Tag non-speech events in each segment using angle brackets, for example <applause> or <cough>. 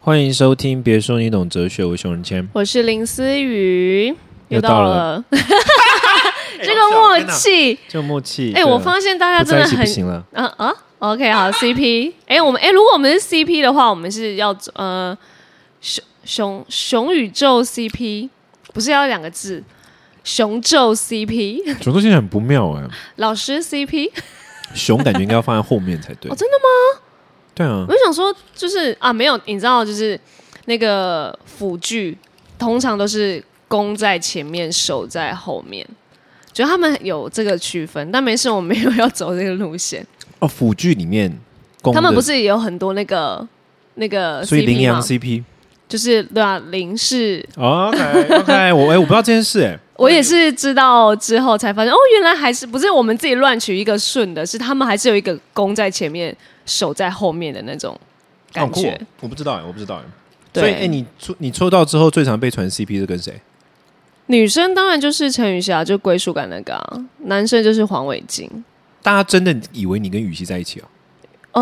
欢迎收听，别说你懂哲学，我是熊仁谦。我是林思雨，又又到到了 <laughs> 了哎这个默契。就默契，对哎，啊我发现大家不真在的一起不很行了。啊啊，OK，好 CP。哎，我们哎，如果我们是 CP 的话，我们是要呃熊熊熊宇宙 CP，不是要两个字，熊宙 CP，熊中心很不妙哎、老师 CP。熊感觉应该要放在后面才对。哦真的吗？对啊我，就想说，就是啊，没有，你知道，就是那个辅具通常都是弓在前面，手在后面。觉得他们有这个区分，但没事，我没有要走这个路线。哦，辅剧里面公他们的不，是也有很多那个那个 CP 所以羚羊吗 CP。就是对啊，林是， OK <laughs> OK，我哎、我不知道这件事哎、我也是知道之后才发现，哦，原来还是不是我们自己乱取一个顺的，是他们还是有一个弓在前面，手在后面的那种好感酷觉。哦我不知道哎、我不知道哎、对所以哎、你抽你抽到之后最常被传 CP 是跟谁？女生当然就是陈雨霞，就归属感那个、啊；男生就是黄伟晋。大家真的以为你跟雨熙在一 <laughs> 起哦、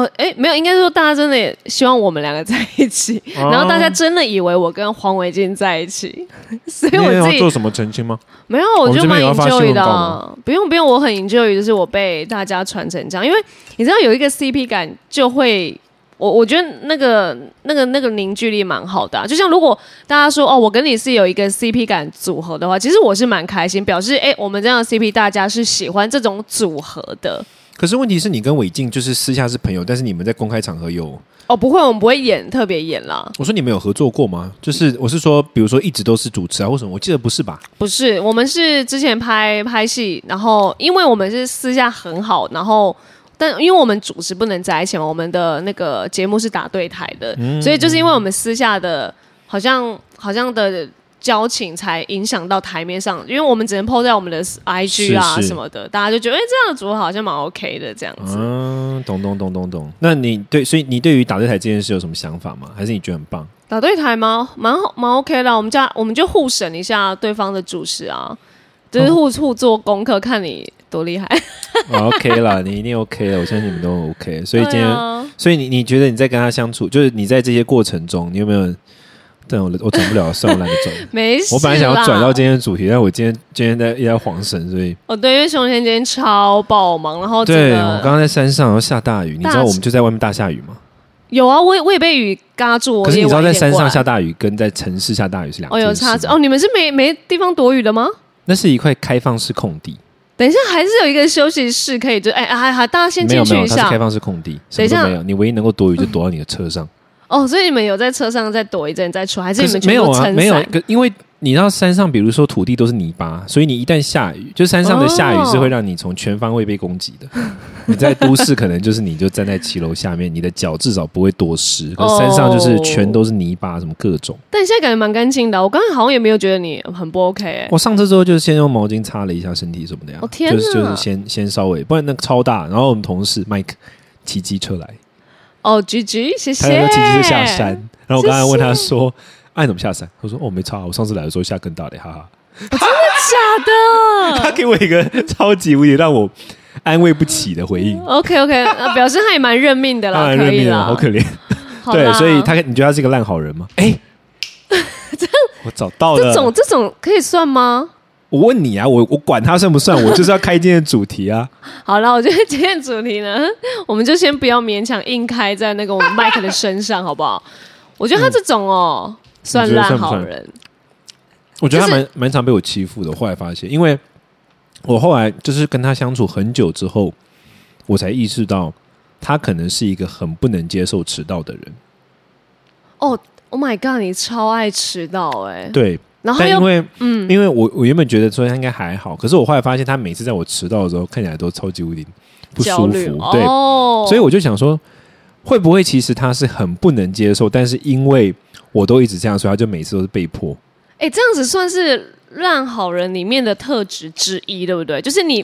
哦，哎，没有，应该说大家真的也希望我们两个在一起，然后大家真的以为我跟黄伟晋在一起， <laughs> 所以你我也要自己啊做什么澄清吗？没有，我我们就这边蛮有要发新 enjoy 闻的稿啊、不用不用，我很 enjoy，就是我被大家传成这样，因为你知道有一个 CP 感就会。我我觉得那个那个那个凝聚力蛮好的、啊，就像如果大家说哦，我跟你是有一个 CP 感组合的话，其实我是蛮开心，表示哎、我们这样的 CP 大家是喜欢这种组合的可是问题是你跟韦静就是私下是朋友，但是你们在公开场合有，哦。不会，我们不会演特别演啦，我说你们有合作过吗？就是我是说，比如说一直都是主持啊，或什么？我记得不是吧？不是，我们是之前拍拍戏，然后因为我们是私下很好，然后但因为我们主持不能在一起嘛，我们的那个节目是打对台的，嗯所以就是因为我们私下的好像好像的交情才影响到台面上，因为我们只能 PO 在我们的 IG 啊是是什么的，大家就觉得哎、这样的组合好像蛮 OK 的这样子。嗯，懂懂懂懂懂。那你对，所以你对于打对台这件事有什么想法吗？还是你觉得很棒？ <laughs> 打对台吗？蛮好，蛮 OK 的啊。我们家我们就互审一下对方的主持啊，哦就是互互做功课，看你多厉害。啊 OK 啦，你一定 OK 的，我相信你们都很 <laughs> OK。所以今天，对啊所以你你觉得你在跟他相处，就是你在这些过程中，你有没有？但我我转不了， <laughs> 算我懒得转。 <laughs> 没事啦。我本来想要转到今天的主题，但我今天今天在一直在晃神，所以哦，对，因为熊天今天超爆忙，然后整对个我刚刚在山上，然后下大雨，你知大道我们就在外面大下雨吗？有啊，我也我也被雨嘎住，可是你知道，我在也晚一点山过上来下大雨跟在城市下大雨是两哦件事。有差哦，，你们是没没地方躲雨的吗？那是一块开放式空地，等一下还是有一个休息室可以就哎还还大家先没进有去没有，它是下开放式空地，什等么一下都没有。你唯一能够躲雨就躲到你的车上，哦，所以你们有在车上再躲一阵再出，还是可你们是全没有部撑啊，伞？没有，可因为你知道山上，比如说土地都是泥巴，所以你一旦下雨，就山上的下雨哦是会让你从全方位被攻击的。 <laughs> 你在都市可能就是你就站在骑楼下面，你的脚至少不会多湿，可是山上就是全都是泥哦巴，什么各种。但你现在感觉蛮干净的啊，我刚刚好像也没有觉得你很不 OK 哎、我上车之后就是先用毛巾擦了一下身体什么的呀，哦天就是就哪是先先稍微，不然那个超大。然后我们同事 Mike 骑机车来，哦，G G，谢谢。他要骑机车下山，然后我刚才问他说：“哎，你怎么下山？”他说：“哦，没差，我上次来的时候下更大的，哈哈。假哦 <laughs> 的他给我一个超级无敌让我安慰不起的回应， ？OK OK，、呃、表示他也蛮认命的 <laughs> 当啦，然可认以命啦，了，好可怜。<laughs> 好对，啦所以他你觉得他是一个烂好人吗？哎、 <laughs> 我找到了。这种这种可以算吗？我问你啊，我我管他算不算，我就是要开今天的主题啊。好了，我觉得今天的主题呢， <laughs> 我们就先不要勉强硬开在那个我们麦克的身上，好不好？ <laughs> 我觉得他这种嗯哦，算烂好人，我觉得他就是蛮蛮常被我欺负的。我后来发现，因为我后来就是跟他相处很久之后，我才意识到他可能是一个很不能接受迟到的人。哦。Oh my god！你超爱迟到哎、对，然后但因又为嗯，因为我我原本觉得说他应该还好，可是我后来发现他每次在我迟到的时候，看起来都超级无敌不焦舒服。虑对，哦，所以我就想说，会不会其实他是很不能接受，但是因为我都一直这样，所以他就每次都是被迫。哎、这样子算是烂好人里面的特质之一，对不对？就是你，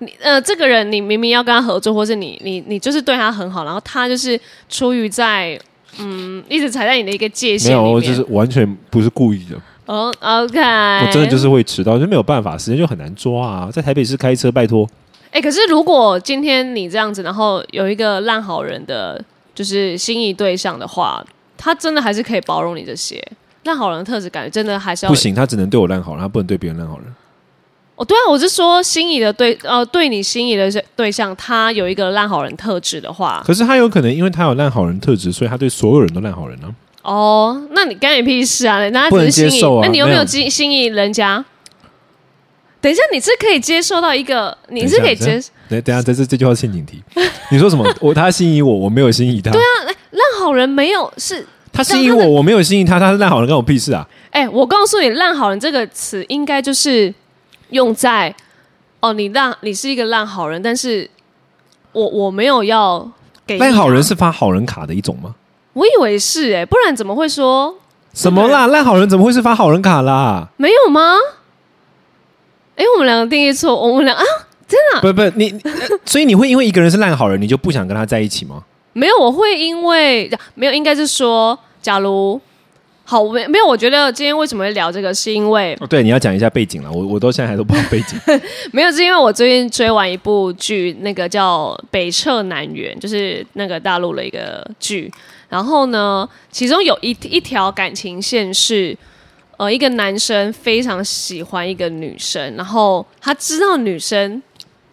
你呃，这个人你明明要跟他合作，或是你你你就是对他很好，然后他就是出于在嗯一直踩在你的一个界没限里有，面。我就是完全不是故意的。哦、o k 我真的就是会迟到，就没有办法，时间就很难抓啊。在台北市开车，拜托，哎、可是如果今天你这样子，然后有一个烂好人的，就是心仪对象的话，他真的还是可以包容你这些烂好人的特质，感觉真的还是要不行，他只能对啊我烂好人，他不能对别人烂好人。哦，对啊，我是说心仪的对呃，对你心仪的对象，他有一个烂好人特质的话，可是他有可能因为他有烂好人特质，所以他对所有人都烂好人呢、啊哦，那你干你屁事啊？人家不只能是心接仪，受啊那你有没没有有心心仪人家？等一下，你是可以接受到一个，你是可以等一下接等等一下，这这这句话是陷阱题。你说什么？我他心仪我，我没有心仪他。对啊，烂好人没有是他心仪我，我没有心仪他，他是烂好人，关我屁事啊！哎、我告诉你，“烂好人”这个词应该就是用在哦，你烂，你是一个烂好人，但是我我没有要给你烂好人，是发好人卡的一种吗？我以为是哎、不然怎么会说什么啦？烂好人怎么会是发好人卡啦？没有吗？哎、我们两个定义错，我们俩啊，不不，你你呃所以你会因为一个人是烂好人，你就不想跟他在一起吗？没有，我会因为没有，应该是说，假如好，我没没有，我觉得今天为什么会聊这个，是因为哦，对，你要讲一下背景了。我我到现在还都不知道背 <laughs> 景。 <laughs> 没有，是因为我最近追完一部剧，那个叫《北辙南辕》，就是那个大陆的一个剧。然后呢，其中有一一条感情线是，呃，一个男生非常喜欢一个女生，然后他知道女生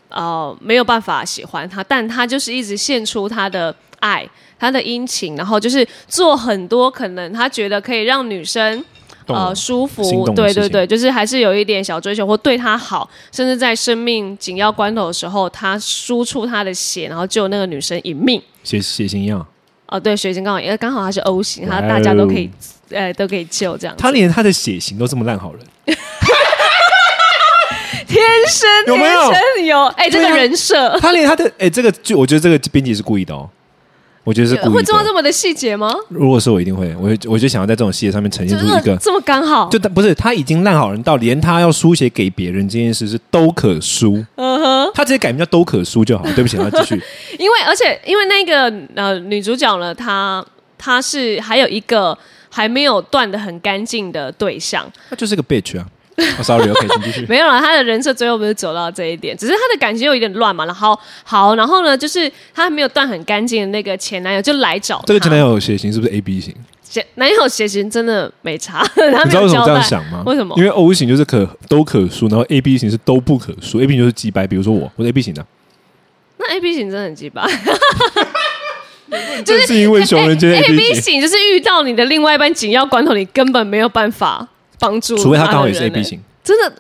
呃没有办法喜欢他，但他就是一直献出他的爱，他的殷勤，然后就是做很多可能他觉得可以让女生懂了呃舒心服，动的对事对情对，就是还是有一点小追求或对他好，甚至在生命紧要关头的时候，他输出他的血，然后救那个女生一命。血血型一样，哦，对，血型刚好，因为刚好他是 O 型，哇他哦大家都可以，呃，都可以救这样子。他连他的血型都这么烂好人，天生有没有天生有，哎，这对啊个人设他连他的哎、这个剧，我觉得这个编辑是故意的哦，我觉得是故意的。会做到这么的细节吗？如果是我，一定会，我就我就想要在这种细节上面呈就现出一是个，这么刚好就，他不是他已经烂好人到连他要输血给别人这件事是都可输，嗯哼。他直接改名叫都可输就好。对不起，我要继 <laughs> 续。因为而且因为那个呃女主角呢，她她是还有一个还没有断的很干净的对象，他就是个 bitch 啊。哦 Sorry，OK，请继续。 <laughs> 没有了，她的人设最后不是走到这一点，只是她的感情有一点乱嘛。然后好，然后呢，就是她还没有断很干净的那个前男友就来找她这个前男友血型是不是 A B 型？前男友血型真的没差，他你没知道有为什么交这样代。想吗？为什么因为 O 型就是可都可输，然后 A B 型是都不可输。A B 型就是鸡掰，比如说我，我是 A B 型的，那 A B 型真的很鸡巴。正是因为穷人间哎 <laughs> A A B B 型，型就是遇到你的另外一半紧要关头，你根本没有办法帮助的人欸，除非他刚好也是 A B 型。真的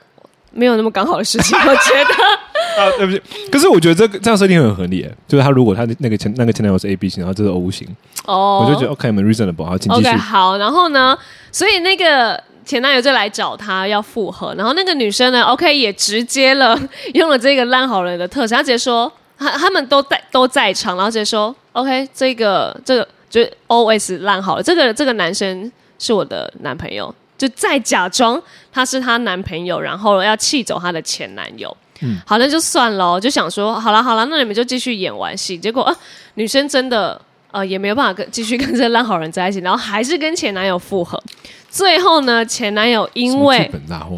没有那么刚好的事情，我觉得。 <laughs> <laughs> 啊，对不起。可是我觉得这个这样设定很合理，欸就是他如果他那个前那个前男友是 A B 型，然后这是 O 型，哦我就觉得 OK，我们 reasonable，好，请继续 OK 好，然后呢，所以那个前男友就来找她要复合，然后那个女生呢，OK 也直接了用了这个烂好人的特质，她直接说，他他们都在都在场，然后直接说 OK 这个这个就是 OS 烂好了，这个这个男生是我的男朋友，就再假装他是她男朋友，然后要气走她的前男友。嗯，好，那就算了哦，就想说，好了好了，那你们就继续演完戏。结果啊，女生真的呃也没有办法跟继续跟这个烂好人在一起，然后还是跟前男友复合。最后呢，前男友什因么为剧本大货，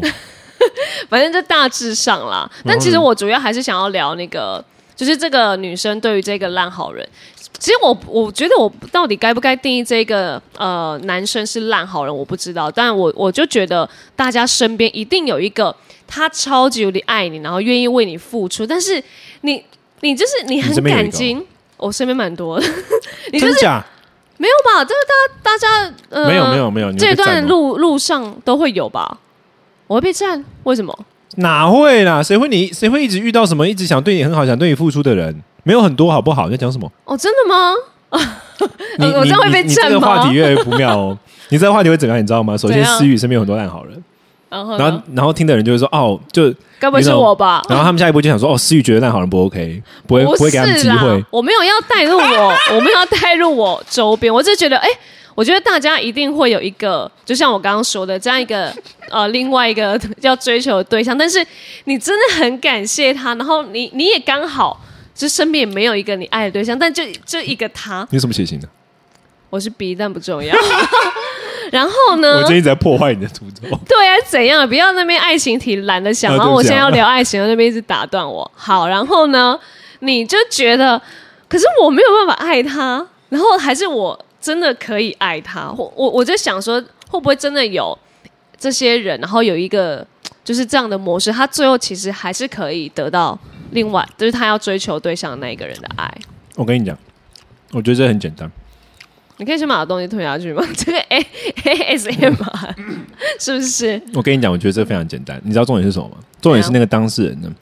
反正就大致上啦。嗯但其实我主要还是想要聊那个，就是这个女生对于这个烂好人。其实我我觉得我到底该不该定义这个呃男生是烂好人，我不知道。但我我就觉得大家身边一定有一个他超级有点爱你，然后愿意为你付出，但是你你就是你你很身边有一感个哦激。我身边蛮多的， <laughs> 你就真是嗯假？没有吧？这个大大家呃没有没有没有，你会这被赞段哦路路上都会有吧？我会被占，为什么？哪会啦？谁会你谁会一直遇到什么一直想对你很好、想对你付出的人？没有很多，好不好？你在讲什么？哦，真的吗？你呃我你这样会被你你这个震吗话题越来越不妙哦。你这个话题会怎么样？你知道吗？首先，怎样嗯思雨身边有很多烂好人，然后然后呢？然后听的人就会说哦，就该不会是我吧？然后他们下一步就想说哦，思雨觉得烂好人不 OK，不会不会给他们是机啦，会。我没有要带入我， <laughs> 我没有要带入我周边，我只是觉得，哎、我觉得大家一定会有一个，就像我刚刚说的，这样一个 <laughs> 呃，另外一个 <laughs> 要追求的对象，但是你真的很感谢他，然后你你也刚好。就身边也没有一个你爱的对象，但就就一个他，你什么血型的？我是 B，但不重要。 <laughs> 然后呢？我今天一直在破坏你的诅咒。对啊，怎样？不要那边爱情题懒得想，啊然对后不我起啊现在要聊爱情，那边一直打断我。好，然后呢，你就觉得，可是我没有办法爱他，然后还是我真的可以爱他。我我我在想说，会不会真的有这些人，然后有一个就是这样的模式，他最后其实还是可以得到另外，就是他要追求对象的那一个人的爱。我跟你讲，我觉得这很简单。你可以先把我东西推下去吗？这个 A A S M R 是不是？我跟你讲，我觉得这非常简单。你知道重点是什么吗？重点是那个当事人呢。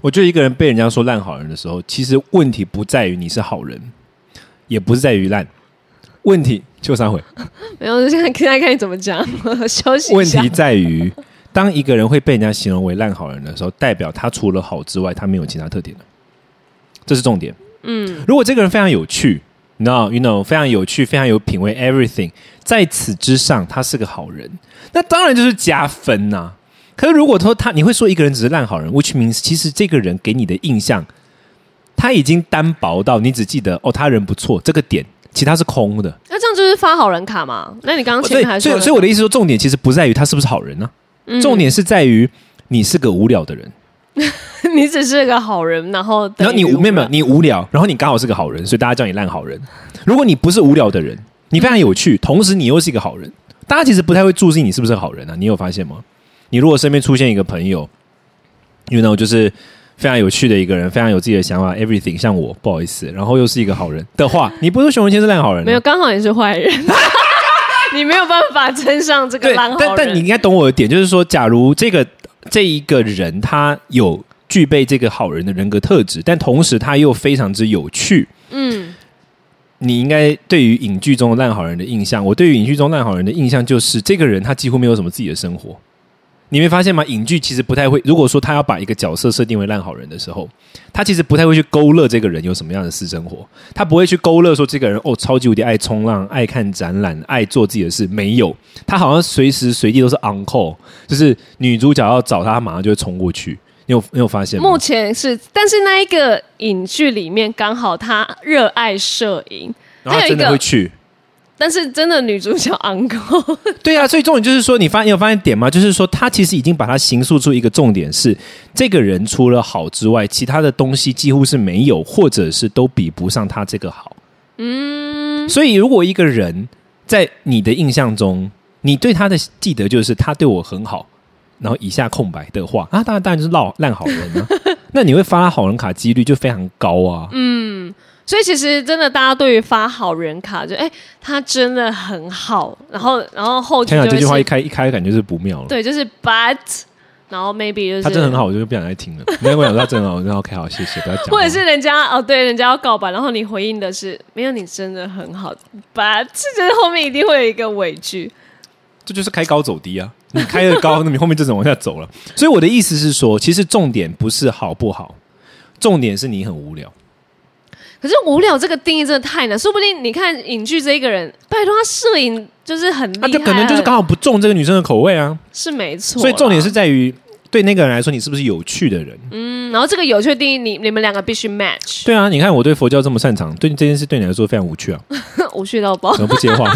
我觉得一个人被人家说烂好人的时候，其实问题不在于你是好人，也不是在于烂，问题就三回。没有，就现在现在看你怎么讲， <laughs> 休息一问下题。在于，当一个人会被人家形容为烂好人的时候，代表他除了好之外，他没有其他特点了这是重点。嗯，如果这个人非常有趣，你知道，you know，非常有趣，非常有品味，everything，在此之上，他是个好人，那当然就是加分呐、可是如果说他，你会说一个人只是烂好人，which means 其实这个人给你的印象，他已经单薄到你只记得哦，他人不错这个点，其他是空的。那这样就是发好人卡嘛？那你刚刚前所以哦面还，哦所说以，了，所以我的意思说，重点其实不在于他是不是好人呢、嗯重点是在于你是个无聊的人， <laughs> 你只是个好人，然后然后你无无没有没有你无聊，然后你刚好是个好人，所以大家叫你烂好人。如果你不是无聊的人，你非常有趣，同时你又是一个好人，大家其实不太会注意你是不是好人啊。你有发现吗？你如果身边出现一个朋友，you know，就是非常有趣的一个人，非常有自己的想法，everything，像我，不好意思，然后又是一个好人的话，你不是熊仁谦是烂好人、啊，没有，刚好也是坏人， <laughs> 你没有办法争上这个对，烂好人。但但你应该懂我的点，就是说，假如这个这一个人他有具备这个好人的人格特质，但同时他又非常之有趣，嗯，你应该对于影剧中的烂好人的印象，我对于影剧中烂好人的印象就是，这个人他几乎没有什么自己的生活。你没发现吗？影剧其实不太会，如果说他要把一个角色设定为烂好人的时候，他其实不太会去勾勒这个人有什么样的私生活，他不会去勾勒说这个人哦超级无敌爱冲浪、爱看展览、爱做自己的事，没有，他好像随时随地都是 on call，就是女主角要找他，他马上就会冲过去。你有你有发现吗？目前是，但是那一个影剧里面刚好他热爱摄影，然后他真的还有一会个去。但是真的女主角 uncle 对啊，所以重点就是说，你发你有发现点吗？就是说，他其实已经把它形塑出一个重点是，这个人除了好之外，其他的东西几乎是没有，或者是都比不上他这个好。嗯，所以如果一个人在你的印象中，你对他的记得就是他对我很好，然后以下空白的话啊，当然当然就是烂烂好人 <laughs> 啊，那你会发他好人卡几率就非常高啊。 <laughs> 嗯所以其实真的，大家对于发好人卡就哎、他真的很好，然后然后后续天就哪，会这句话是一开一开感觉是不妙了。对，就是 but，然后 maybe 就是他真的很好，我哦就不想再听了。你再跟我讲他真的很好，我说 OK 好，谢谢，不要讲了。或者是人家哦，对，人家要告白，然后你回应的是没有，你真的很好，but <laughs> 就是后面一定会有一个尾句，这就是开高走低啊！你开的高，那你后面就只能往下走了。所以我的意思是说，其实重点不是好不好，重点是你很无聊。可是无聊这个定义真的太难，说不定你看影剧这一个人，拜托他摄影就是很厉那害，啊就可能就是刚好不中这个女生的口味啊。是没错啦，所以重点是在于，对那个人来说，你是不是有趣的人？嗯，然后这个有趣的定义，你你们两个必须 match，对啊，你看我对佛教这么擅长，对这件事对你来说非常无趣啊， <laughs> 无趣到爆 <laughs> 怎，么不接话？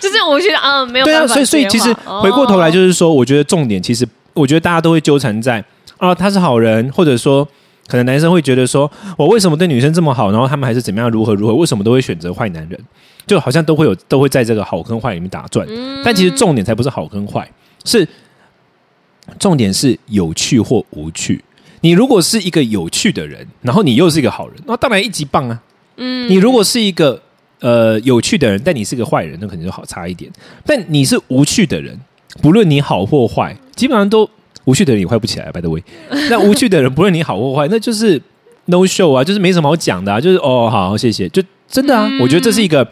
就是无趣的，嗯，没有对啊，办法所以接话，哦所以其实回过头来，就是说，我觉得重点其实，我觉得大家都会纠缠在啊，他是好人，或者说。可能男生会觉得说，我为什么对女生这么好，然后他们还是怎么样如何如何，为什么都会选择坏男人，就好像都会有都会在这个好跟坏里面打转。嗯但其实重点才不是好跟坏，是重点是有趣或无趣。你如果是一个有趣的人，然后你又是一个好人，那当然一级棒啊。嗯，你如果是一个呃有趣的人，但你是个坏人，那可能就好差一点。但你是无趣的人，不论你好或坏，基本上都无趣的人也坏不起来。By the way，那无趣的人不论你好或坏，那 <laughs> 就是 no show 啊，就是没什么好讲的啊，就是哦好谢谢，就真的啊，嗯我觉得这是一个。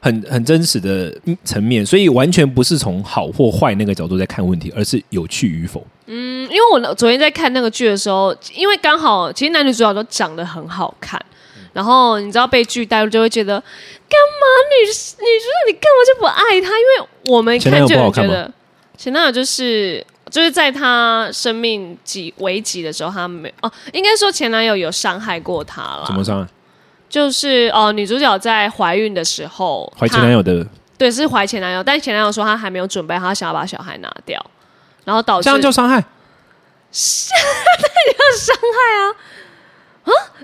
很很真实的层面，所以完全不是从好或坏那个角度在看问题，而是有趣与否。嗯，因为我昨天在看那个剧的时候，因为刚好其实男女主角都长得很好看，嗯然后你知道被剧带入就会觉得，干嘛女女主角你干嘛就不爱他？因为我们前男友看就不好有看觉吗得前男友就是就是在他生命几危急的时候，他没哦、应该说前男友有伤害过他怎么啦，上、啊？就是哦、女主角在怀孕的时候，怀前男友的，对是怀前男友，但前男友说他还没有准备好，他想要把小孩拿掉，然后导致这样叫伤害？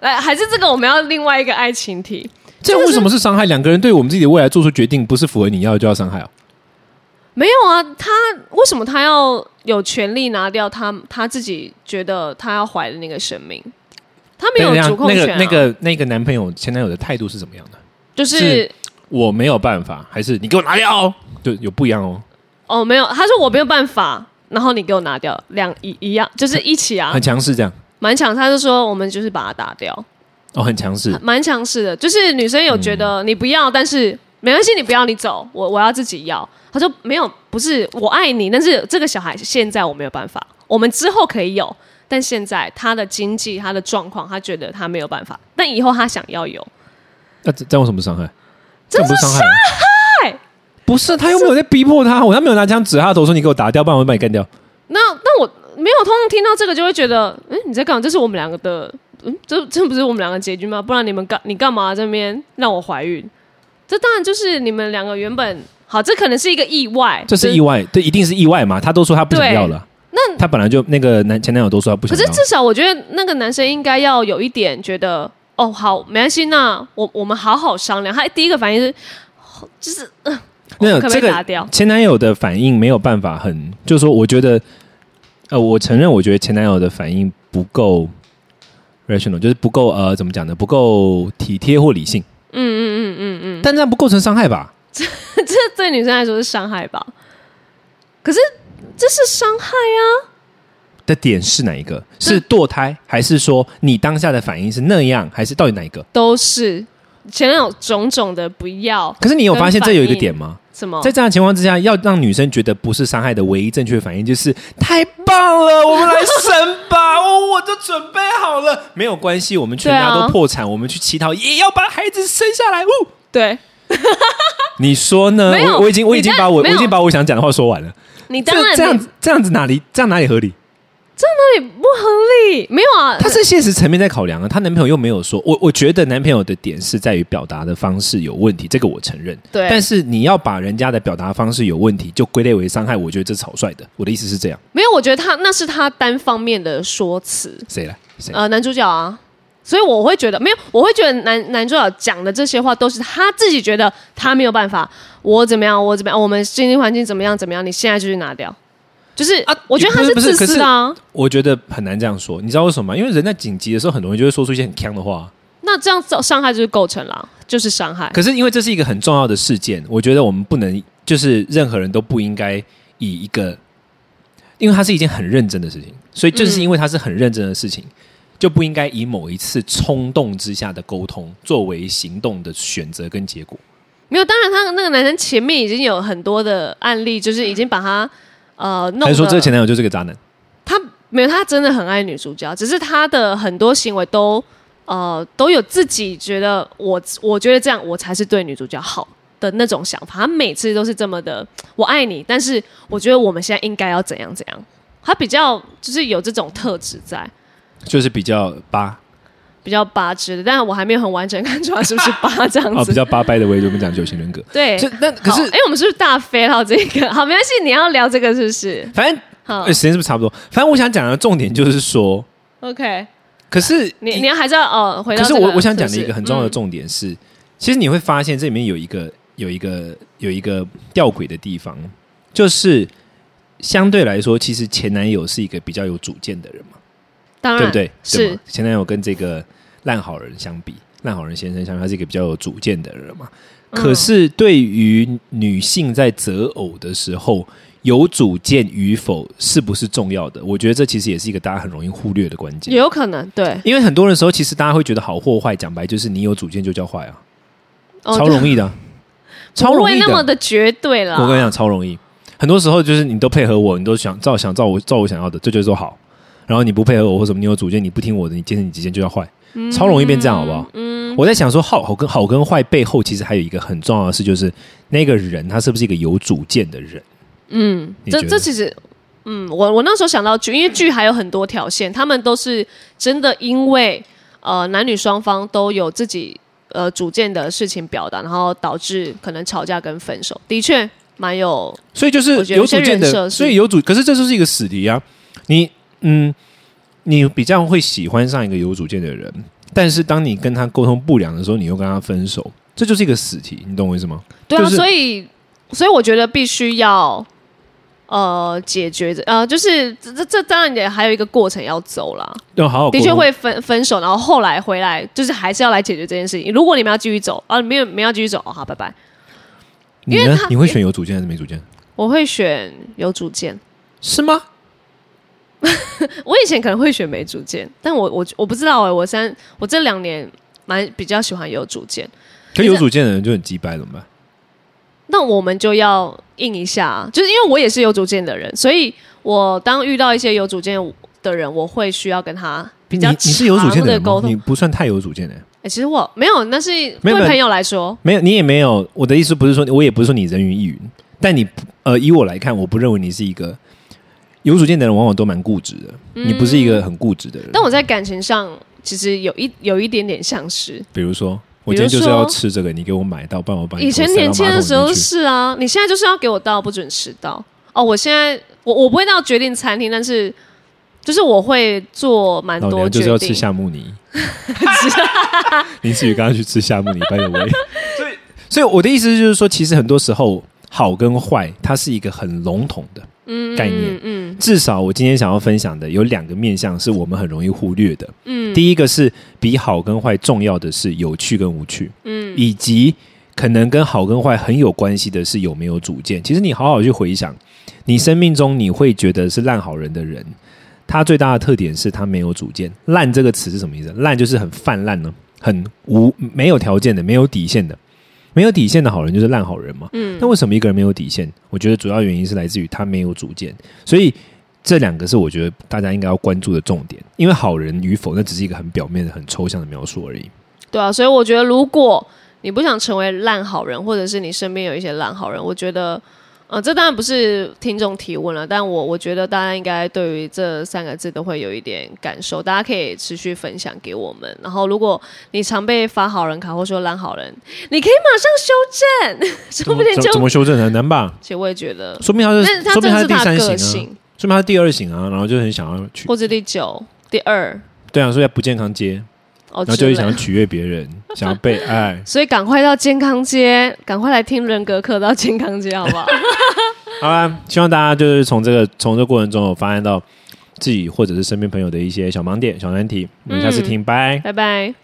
来，还是这个我们要另外一个爱情题，这样为什么是伤害？两个人对我们自己的未来做出决定，不是符合你要的就要伤害哦。没有啊，他为什么他要有权利拿掉他他自己觉得他要怀的那个生命？他没有那主控那权、个啊那个那个男朋友前男友的态度是怎么样的？就是是我没有办法，还是你给我拿掉哦？就有不一样哦，哦，没有，他说我没有办法，然后你给我拿掉，两一一样，就是一起啊很，强势这样蛮强。他就说我们就是把它打掉，哦，很强势。蛮强势的，就是女生有觉得嗯你不要，但是没关系，你不要，你走，我我要自己要。他说没有，不是我爱你，但是这个小孩现在我没有办法，我们之后可以有，但现在他的经济、他的状况，他觉得他没有办法，但以后他想要有，那这这样有什么伤害？这样不是伤害吗，害不是他又没有在逼迫他，我他没有拿枪指他的头说你给我打掉，不然我就把你干掉。那那我没有，通常听到这个就会觉得，嗯，你在干嘛？这是我们两个的，嗯，这这不是我们两个结局吗？不然你们干你干嘛这边让我怀孕？这当然就是你们两个原本好，这可能是一个意外，这是就意外，这一定是意外嘛？他都说他不想对要了，那他本来就那个男前男友都说他不可想是要。至少我觉得那个男生应该要有一点觉得，哦，好，没关系，那我我们好好商量。他哎第一个反应是，哦就是嗯，没有可不可这以个打掉？ <laughs> 前男友的反应没有办法很，就是说，我觉得，呃，我承认，我觉得前男友的反应不够 rational，就是不够呃，怎么讲呢？不够体贴或理性。嗯嗯嗯嗯嗯。但这样不构成伤害吧？这对女生来说是伤害吧？可是这是伤害啊，的点是哪一个？是堕胎，还是说你当下的反应是那样，还是到底哪一个？都是前男友种种的不要可是你有发现这跟反有一个应点吗？什么在这样的情况之下，要让女生觉得不是伤害的唯一正确反应就是太棒了，我们来生吧！哦，我都准备好了，没有关系，我们全家对啊都破产，我们去乞讨也要把孩子生下来。哦，对你说呢？没有我我已经我已你经这把我没我有已经把我想讲的话说完了。你当这然这样没子这样子哪里这样哪里合理？对不合理，没有啊，她是现实层面在考量啊，她男朋友又没有说，我我觉得男朋友的点是在于表达的方式有问题，这个我承认。对但是你要把人家的表达方式有问题就归类为伤害，我觉得这草率的。我的意思是这样，没有，我觉得他那是他单方面的说辞，谁来？谁来？呃，男主角啊，所以我会觉得没有，我会觉得男男主角讲的这些话都是他自己觉得他没有办法，我怎么样，我怎么样，我们经济环境怎么样怎么样，你现在就去拿掉，就是啊我觉得他也不是自私的啊，我觉得很难这样说，你知道为什么吗？因为人在紧急的时候，很容易就会说出一些很呛的话。那这样造伤害就是构成了，就是伤害，可是因为这是一个很重要的事件，我觉得我们不能，就是任何人都不应该以一个，因为它是一件很认真的事情，所以就是因为它是很认真的事情，就不应该以某一次冲动之下的沟通作为行动的选择跟结果。没有，当然他那个男生前面已经有很多的案例，就是已经把他呃弄还得是说这个前男友就是个渣男？他没有，他真的很爱女主角，只是他的很多行为都呃都有自己觉得我我觉得这样我才是对女主角好的那种想法。他每次都是这么的，我爱你，但是我觉得我们现在应该要怎样怎样。他比较就是有这种特质在，就是比较八比较八之的，但是我还没有很完整看出来是不是八这样哦，子。比较八掰的我也就我们讲九型人格。 <laughs> 对，这那可是哎、我们是不是大飞到这个？好，没关系，你要聊这个是不是？反正、好呃时间是不是差不多？反正我想讲的重点就是说， ，OK，可是啊你你要还是要呃回到、可这是个我我想讲的是不一是个很重要的嗯重点是，其实你会发现这里面有一个有一个有一个吊诡的地方，就是相对来说，其实前男友是一个比较有主见的人嘛，当然对不对？对嗯是吗前男友跟这个烂好人相比，烂好人先生相比，他是一个比较有主见的人嘛。嗯可是对于女性在择偶的时候，有主见与否是不是重要的？我觉得这其实也是一个大家很容易忽略的关键也。有可能对，因为很多的时候，其实大家会觉得好或坏，讲白就是你有主见就叫坏啊，哦超容易的啊，超不容会易那的。么的啊绝对啦。我跟你讲，超容易。很多时候就是你都配合我，你都想照想照我照我想要的，这就是说好。然后你不配合我或什么，你有主见，你不听我的，你坚持你极限就叫坏，超容易变这样，好不好？嗯，我在想说好好跟好跟坏背后，其实还有一个很重要的事，就是那个人他是不是一个有主见的人？嗯，你这觉得这其实，嗯，我我那时候想到剧，因为剧还有很多条线，他们都是真的因为呃男女双方都有自己呃主见的事情表达，然后导致可能吵架跟分手，的确蛮有所以就是我觉得有有些主见人设的，是所以有主，可是这就是一个死敌啊！你嗯，你比较会喜欢上一个有主见的人，但是当你跟他沟通不良的时候，你又跟他分手，这就是一个死题，你懂我意思吗？对啊，就是所以所以我觉得必须要呃解决这呃，就是这这这当然也还有一个过程要走啦，要好好沟的通确会分分手，然后后来回来就是还是要来解决这件事情。如果你们要继续走啊，没有没有要继续走，哦、好，拜拜。你因为呢他？你会选有主见还是没主见？我会选有主见，是吗？我以前可能会选没主见，但我我我不知道哎、我三我这两年蛮比较喜欢有主见，可有主见的人就很鸡掰，怎么办？那我们就要硬一下、啊，就是因为我也是有主见的人，所以我当遇到一些有主见的人，我会需要跟他比较你你是有主见长的人沟吗？通你。不算太有主见的、哎、其实我没有，那是没对有没有朋友来说，没有，你也没有。我的意思不是说，我也不是说你人云亦云，但你呃，以我来看，我不认为你是一个有主见的人，往往都蛮固执的。你不是一个很固执的人。嗯但我在感情上其实有一有一点点像是。比如说，我比今天如就是说要吃这个，你给我买到，不然我把你以前头塞到年轻马的桶时候里面去是啊，你现在就是要给我到，不准迟到。哦，我现在我我不会到决定餐厅，但是就是我会做蛮老多娘决就是定。要吃夏目 <laughs> 尼。林思雨刚刚去吃夏目尼，拜个喂。 <laughs> 所以，所以我的意思就是说，其实很多时候好跟坏，它是一个很笼统的概念。嗯嗯至少我今天想要分享的有两个面向是我们很容易忽略的。嗯，第一个是比好跟坏重要的是有趣跟无趣，嗯，以及可能跟好跟坏很有关系的是有没有主见。其实你好好去回想，你生命中你会觉得是烂好人的人，他最大的特点是他没有主见。烂这个词是什么意思？烂就是很泛滥呢，很无没有条件的，没有底线的。没有底线的好人就是烂好人嘛。嗯，那为什么一个人没有底线？我觉得主要原因是来自于他没有主见。所以这两个是我觉得大家应该要关注的重点，因为好人与否，那只是一个很表面的、很抽象的描述而已。对啊，所以我觉得如果你不想成为烂好人，或者是你身边有一些烂好人，我觉得，呃，这当然不是听众提问了，但我我觉得大家应该对于这三个字都会有一点感受，大家可以持续分享给我们。然后，如果你常被发好人卡或说烂好人，你可以马上修正， <laughs> 说不定怎么怎就。么修正很难吧？其实我也觉得，说明他但是，是他说真明他的是第他三的型啊，个性，说明他第二型啊，然后就很想要去，或者第九、第二对啊，所以不健康街，哦然后就之会类想要取悦别 <laughs> 人，想要被爱。所以赶快到健康街，赶快来听人格课到健康街，好 <laughs> 不好？好啦，希望大家就是从这个从这个过程中有发嗯现到自己或者是身边朋友的一些小盲点、小难题。我们下次听，拜。拜拜。